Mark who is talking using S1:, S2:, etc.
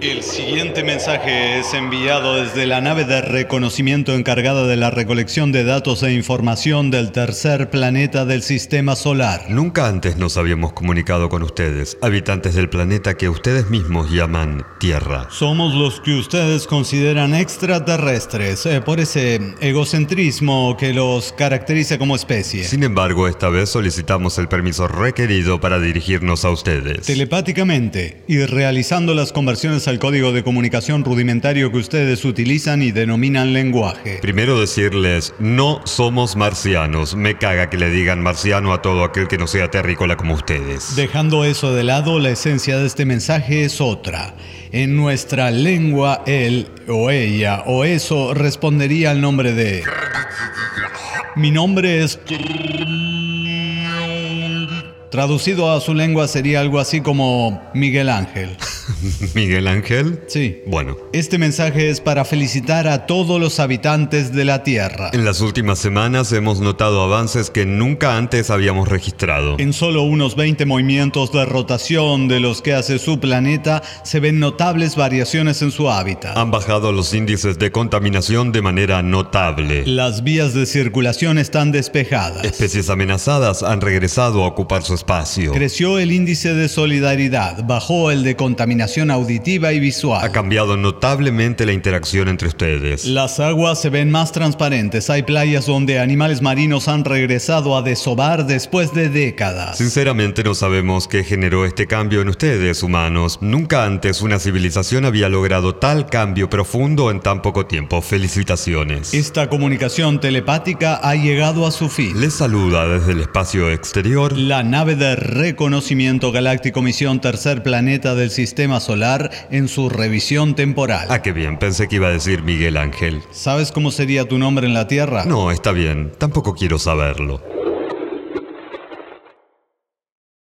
S1: El siguiente mensaje es enviado desde la nave de reconocimiento encargada de la recolección de datos e información del tercer planeta del Sistema Solar.
S2: Nunca antes nos habíamos comunicado con ustedes, habitantes del planeta que ustedes mismos llaman Tierra.
S1: Somos los que ustedes consideran extraterrestres, eh, por ese egocentrismo que los caracteriza como especie.
S2: Sin embargo, esta vez solicitamos el permiso requerido para dirigirnos a ustedes.
S1: Telepáticamente y realizando las conversiones al código de comunicación rudimentario que ustedes utilizan y denominan lenguaje.
S2: Primero decirles, no somos marcianos. Me caga que le digan marciano a todo aquel que no sea terrícola como ustedes.
S1: Dejando eso de lado, la esencia de este mensaje es otra. En nuestra lengua, él o ella o eso respondería al nombre de... Mi nombre es... Traducido a su lengua sería algo así como Miguel Ángel.
S2: Miguel Ángel.
S1: Sí.
S2: Bueno,
S1: Este mensaje es para felicitar a todos los habitantes de la Tierra.
S2: en las últimas semanas hemos notado avances que nunca antes habíamos registrado.
S1: En solo unos 20 movimientos de rotación de los que hace su planeta se ven notables variaciones en su hábitat.
S2: Han bajado los índices de contaminación de manera notable.
S1: Las vías de circulación están despejadas.
S2: Especies amenazadas han regresado a ocupar su espacio.
S1: Creció el índice de solidaridad, bajó el de contaminación auditiva y
S2: Ha
S1: visual.
S2: cambiado notablemente la interacción entre ustedes.
S1: Las aguas se ven más transparentes. Hay playas donde animales marinos han regresado a desovar después de décadas.
S2: Sinceramente no sabemos qué generó este cambio en ustedes, humanos. Nunca antes una civilización había logrado tal cambio profundo en tan poco tiempo. Felicitaciones.
S1: Esta comunicación telepática ha llegado a su fin.
S2: Les saluda desde el espacio exterior
S1: La nave de reconocimiento galáctico Misión Tercer Planeta del Sistema Solar en su revisión temporal.
S2: Ah, qué bien, pensé que iba a decir Miguel Ángel.
S1: ¿Sabes cómo sería tu nombre en la Tierra?
S2: No, está bien, tampoco quiero saberlo.